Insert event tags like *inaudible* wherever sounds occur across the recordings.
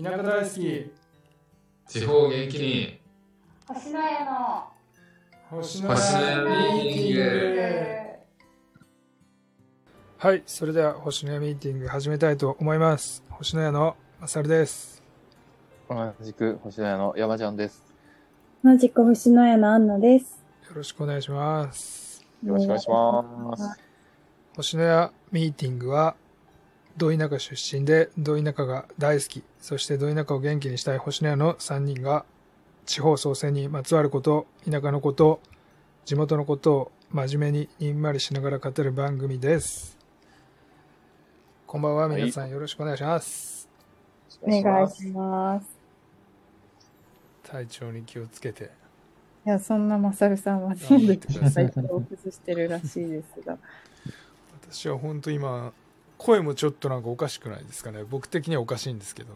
田舎大好き地方元気に星の家の星星のやミーティングはいそれでは星のやミーティング始めたいと思います星のやのまさるです同じく星野屋の山ちゃんです。同じく星のやのアンナです。よろしくお願いしますよろしくお願いします。星のやミーティングは土田舎出身で土田舎が大好きそして土田舎を元気にしたい星のやの3人が地方創生にまつわること田舎のこと地元のことを真面目ににんまりしながら語る番組ですこんばんは皆さんよろしくお願いします、お願いします。体調に気をつけていや、そんなマサルさんは頑全張っ *laughs* 部てください体調を崩してるらしいですが。私は本当今声もちょっとなんかおかしくないですかね僕的にはおかしいんですけど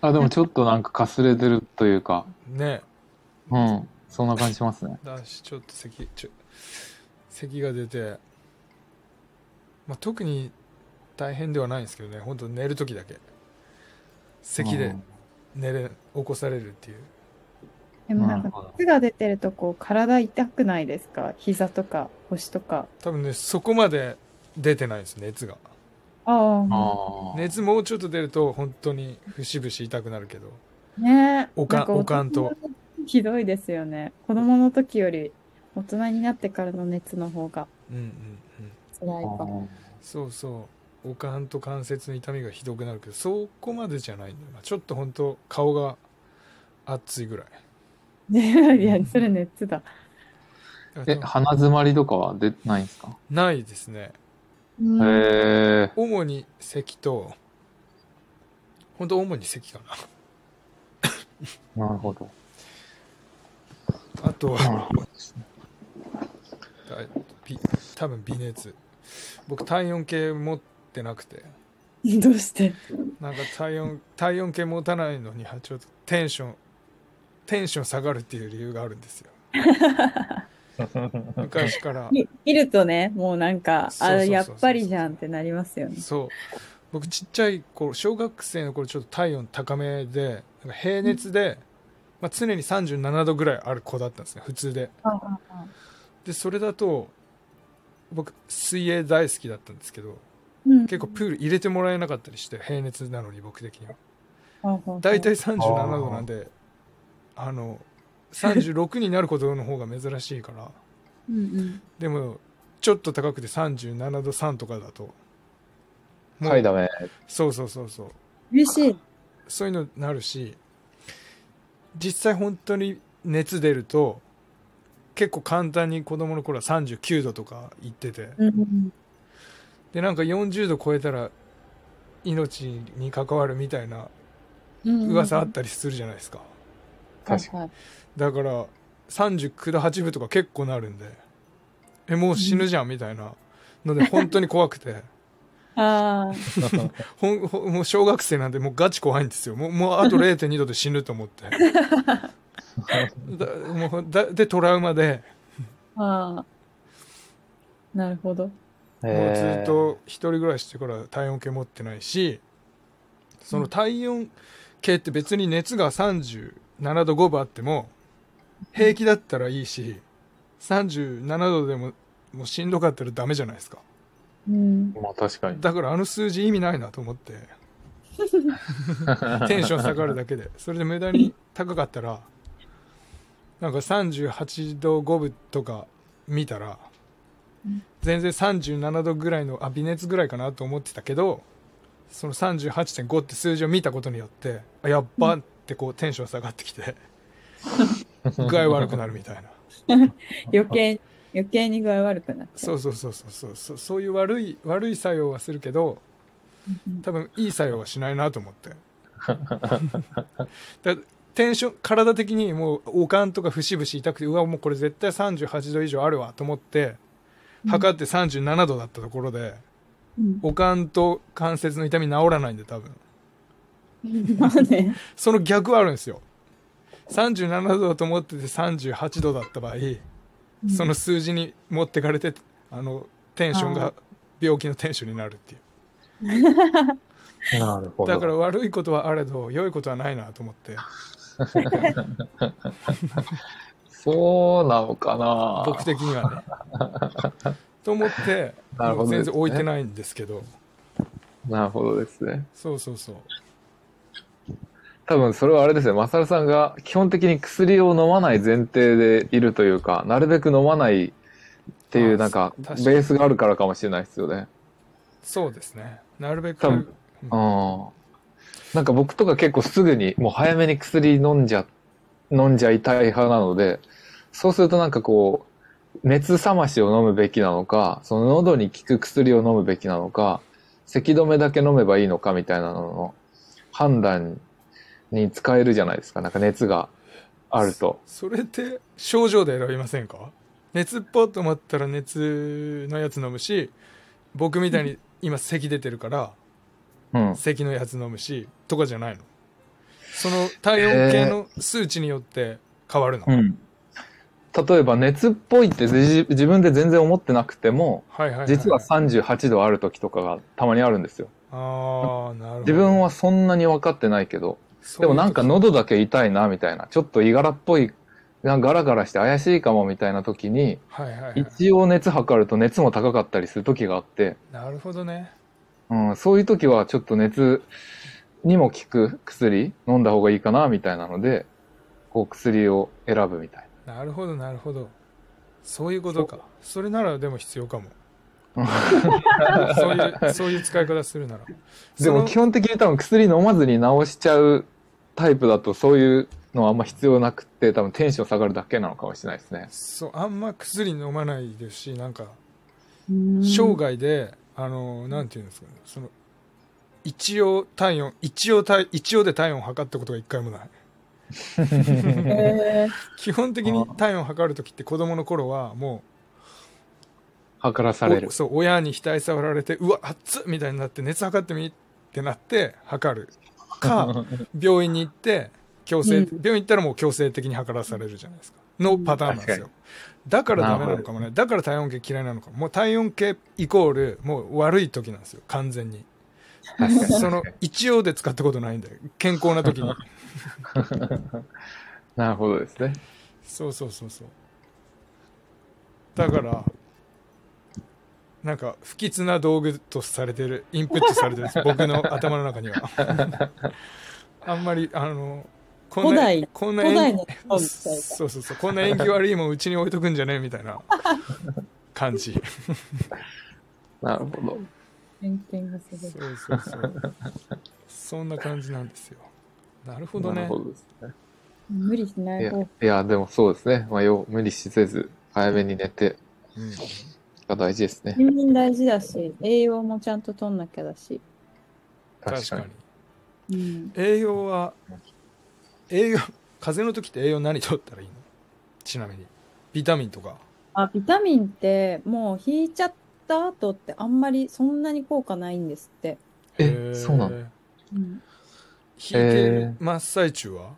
あ、でもちょっとなんかかすれてるというか、ねうん、そんな感じしますね。だしちょっと咳ちょ咳が出て、まあ、特に大変ではないんですけどね本当寝る時だけ咳うでん寝れ起こされるっていうでもなんか、熱が出てるとこう、体痛くないですか膝とか腰とか。多分ねそこまで出てないです熱がああ、ああ。熱もうちょっと出ると本当に節々痛くなるけどねえ。おかんなかおかんと。ひどいですよね。子供の時より大人になってからの熱の方がうんうんうん辛いかも。 *laughs* そうそうおかんと関節の痛みがひどくなるけどそこまでじゃないんだよなちょっと本当顔が熱いぐらいねえいや、それ熱だ。だかえ、ら鼻づまりとかは出ないんですかないですねうんへえ。主に咳と本当主に咳かななるほど。あとうんはだいび多分微熱僕体温計持ってなくてどうしてなんか体温体温計持たないのにはちょっとテンションテンション下がるっていう理由があるんですよ昔から見見るとね、もうなんか、そうあ、そうそうそうやっぱりじゃんってなりますよね。そう僕ちっちゃい頃小学生の頃ちょっと体温高めでなんか平熱で、まあ、常に37度ぐらいある子だったんですね普通ででそれだと僕水泳大好きだったんですけどうん結構プール入れてもらえなかったりして平熱なのに僕的には大大体37度なんであの36になることの方が珍しいからうんうん、でもちょっと高くて37度3とかだともうはい、ダメ。そうそうそうそう厳しい。そういうのなるし実際本当に熱出ると結構簡単に子供の頃は39度とか言っててうんうんでなんか40度超えたら命に関わるみたいなうん、噂あったりするじゃないですか確かかに。だから39度8分とか結構なるんでえもう死ぬじゃんみたいなの *laughs* で本当に怖くてああ、ほんほんもう小学生なんでもうガチ怖いんですよもうもう *laughs* あと0.2度で死ぬと思ってだもうだでトラウマでああ。なるほど。もうずっへと一人暮らししてから体温計持ってないしその体温計って別に熱が37度5分あっても平気だったらいいし37度でももうしんどかったらダメじゃないですかうん。え。まあ確かに。だからあの数字意味ないなと思ってテンション下がるだけでそれで無駄に高かったらなんか38度5分とか見たら全然37度ぐらいのあ微熱ぐらいかなと思ってたけどその38.5って数字を見たことによってあやっばってこうテンション下がってきて具合悪くなるみたいな余計、余計に具合悪くなる。そうそうそうそうそうそうそういう悪い悪い作用はするけどうん多分いい作用はしないなと思ってだテンション体的にもうおかんとか節々痛くてうわもうこれ絶対38度以上あるわと思って測って37度だったところで、うんおかんと関節の痛み治らないんで多分まあね。その逆はあるんですよ37度だと思ってて38度だった場合 *laughs* その数字に持ってかれてあのテンションあが病気のテンションになるっていうなるほど。だから悪いことはあれど良いことはないなと思ってそうなのかな僕的にはね *laughs* と思ってなるもほうど全ですね然置いてないんですけどなるほどですね。そうそうそう多分それはあれですね、マサルさんが基本的に薬を飲まない前提でいるというか、なるべく飲まないっていあうなんか確ベかにースがあるからかもしれないですよね。そうですねなるべ多く分うん。なんか僕とか結構すぐに、もう早めに薬飲んじゃ、飲んじゃいたい派なので、そうするとなんかこう、熱冷ましを飲むべきなのか、その喉に効く薬を飲むべきなのか、咳止めだけ飲めばいいのかみたいなのの判断に使えるじゃないですか。なんか熱があると。それって症状で選びませんか熱っぽいと思ったら熱のやつ飲むし僕みたいに今咳出てるからうん。咳のやつ飲むしとかじゃないのその体温計の数値によって変わるの、うん。例えば熱っぽいって自自分で全然思ってなくても、はいはい、はい、実は38度ある時とかがたまにあるんですよ。ああなるほど自分はそんなに分かってないけど、でもなんかの喉だけ痛いなみたいな、ちょっといがらっぽい、なんかガラガラして怪しいかもみたいな時に、はいはい、はい、一応熱測ると熱も高かったりする時があって、なるほどねうん、そういう時はちょっと熱にも効く薬飲んだ方がいいかなみたいなので、こう薬を選ぶみたいなるほどなるほどそういうことかそれならでも必要 *laughs* かもそういうそういう使い方するならな。でも基その本的に多分薬飲まずに治しちゃうタイプだとそういうのはあんま必要なくって、多分テンション下がるだけなのかもしれないですね。そうあんま薬飲まないですしなんかうん生涯で、あのなんていうんですかねその一応体温一応体一応で体温測ったことが一回もない *laughs* へー基本的に体温測るときって子供の頃はも測らうされるお。そう親に額触られてうわ熱っみたいになって熱測ってみってなって測る *laughs* か病院に行って強制、うん病院行ったらもう強制的に測らされるじゃないですかのパターンなんですよ、だからダメなのかもねだから体温計嫌いなのかももう体温計イコールもう悪い時なんですよ完全に確かにその一応で使ったことないんで健康な *laughs* 時になるほどですね。そうそうそうそうだからなんか不吉な道具とされてるインプットされてるんです僕の頭の中には *laughs* あんまりあのこん古な代こんな古代の人みたいな。そうそうそうこんな縁起悪いもんうちに置いとくんじゃねみたい *laughs* な感じなるほど。偏見がすごいそうそうそうそんな感じなんですよなるほどなるねほどですね。無理しないいや方がいや、でもそうですね。まあ、よ無理しせず、早めに寝てうんが大事ですね。睡眠大事だし、栄養もちゃんと取んなきゃだし。確かにうん、栄養は栄養風邪の時って栄養何取ったらいいのちなみにビタミンとかあビタミンってもう引いちゃった後ってあんまりそんなに効果ないんですって。へえ、ーそうなの引いうん、てる真っ最中は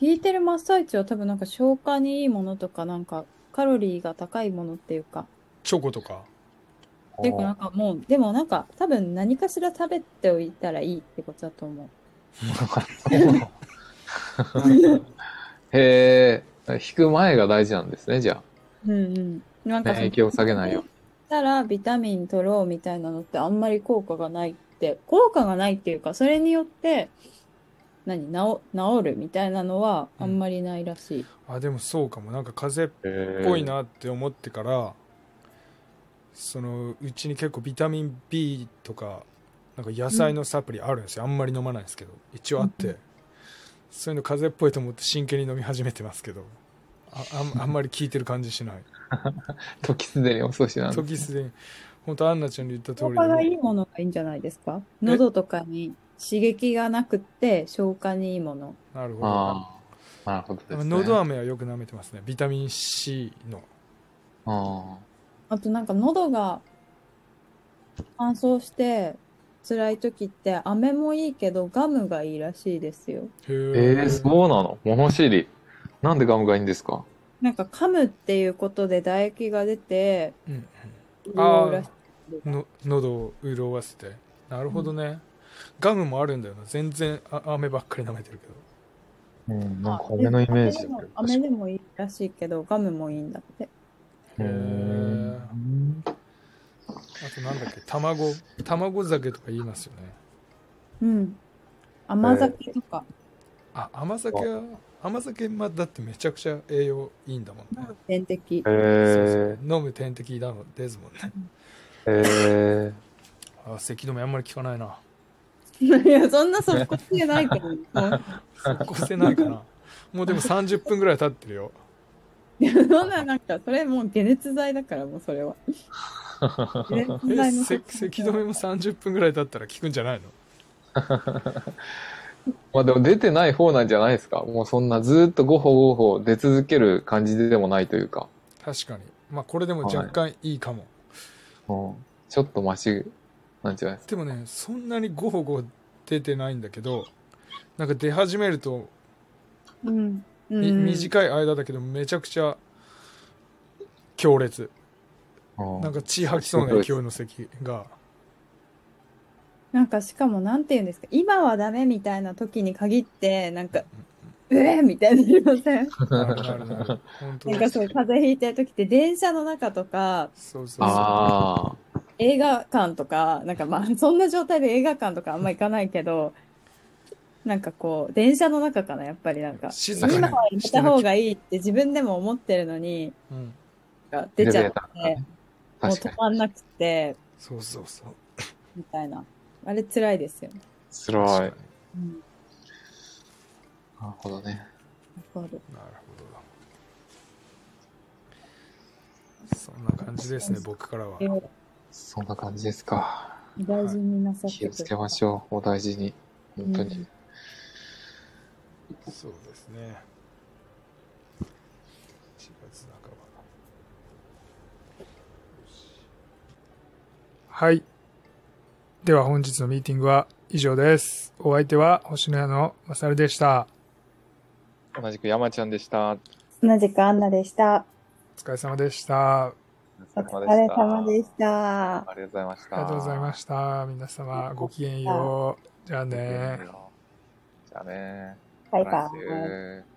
引いてる真っ最中は多分なんか消化にいいものとかなんかカロリーが高いものっていうか。チョコとかっていうかなんかもう、でもなんか多分何かしら食べておいたらいいってことだと思う。へえ、引く前が大事なんですね、じゃうんうん。なんかあ。そ免の疫を下げないように。たらビタミン取ろうみたいなのってあんまり効果がないって、効果がないっていうか、それによって、何、治治るみたいなのはあんまりないらしい。あでもそうかもなんか風邪へっーぽい。なって思ってからそのうちに結構ビタミン B とかなんか野菜のサプリあるんですよ、あんまり飲まないんですけど一応あって、そういうの風邪っぽいと思って真剣に飲み始めてますけどああんあんまり効いてる感じしない時すでに遅しなんで時すでに本当アンナちゃんに言った通消り化がいでいものがいいんじゃないですか喉とかに刺激がなくって消化にいいもの。なるほどああ、なるほどですね。喉飴はよく舐めてますねビタミン C のああとなんか喉が乾燥して辛い時って飴もいいけどガムがいいらしいですよ。へーーえー、そうなの物知り。なんでガムがいいんですかなんか噛むっていうことで唾液が出て、うん潤うらしいの喉を潤わせてなるほどね、ガムもあるんだよな全然あ飴ばっかり舐めてるけどうん、なんか飴のイメージだけど。飴でも飴でもいいらしいけど、ガムもいいんだって。へーあとなんだっけ卵卵酒とか言いますよねうん。甘酒とか。あ甘酒は甘酒まあだってめちゃくちゃ栄養いいんだもんね、点滴へ。ーそうそう飲む点滴だのですもんねへあ咳止めあんまり効かないない *laughs* や、そんな即効性ないけど。もう即 *laughs* 効性ないかなもうでも30分ぐらい経ってるよいやそんな、なんか、それもう解熱剤だから、もうそ *laughs* れは。解熱え剤のせ咳止めも30分ぐらい経ったら効くんじゃないのまあでも出てない方なんじゃないですか。もうそんなずーっとごほごほ出続ける感じでもないというか、確かにまあこれでも若干いいかも、うん、ちょっとマシなんじゃないですでもねそんなにゴホゴホ出てないんだけどなんか出始めると、うん。みうん短い間だけどめちゃくちゃ強烈か。うんなんか血吐きそうな勢いの咳 *laughs* がなんか、しかも、なんて言うんですか、今はダメみたいな時に限って、なんか、うえーみたいになりませ *laughs* んなるなるなる本当なんにかそう、風邪ひいてる時って、電車の中とか、そうそうそうあ映画館とか、なんかまあ、そんな状態で映画館とかあんま行かないけど、なんかこう、電車の中かな、やっぱりなんか。静かに今はやめた方がいいって自分でも思ってるのに、うんなんか出ちゃって、あ、もう確か止に。まんなくて、そうそうそうみたいな。あれ辛いですよね。辛い。な確るかにうん。ほどね。わかる。なるほどそんな感じですね僕からはそんな感じですか。お大事になさって気をくつだけさいましょう。お大事に。本当うに。そうですね4月半ばはいでは本日のミーティングは以上ですお相手は星野屋のマサルでした同じく山ちゃんでした。同じくアンナでした。お疲れ様でしたあおお疲れ様でし。た。ありがとうございました。りがとうございましした皆様ごきげんようじゃあねじゃあね。バイバまた来イ。週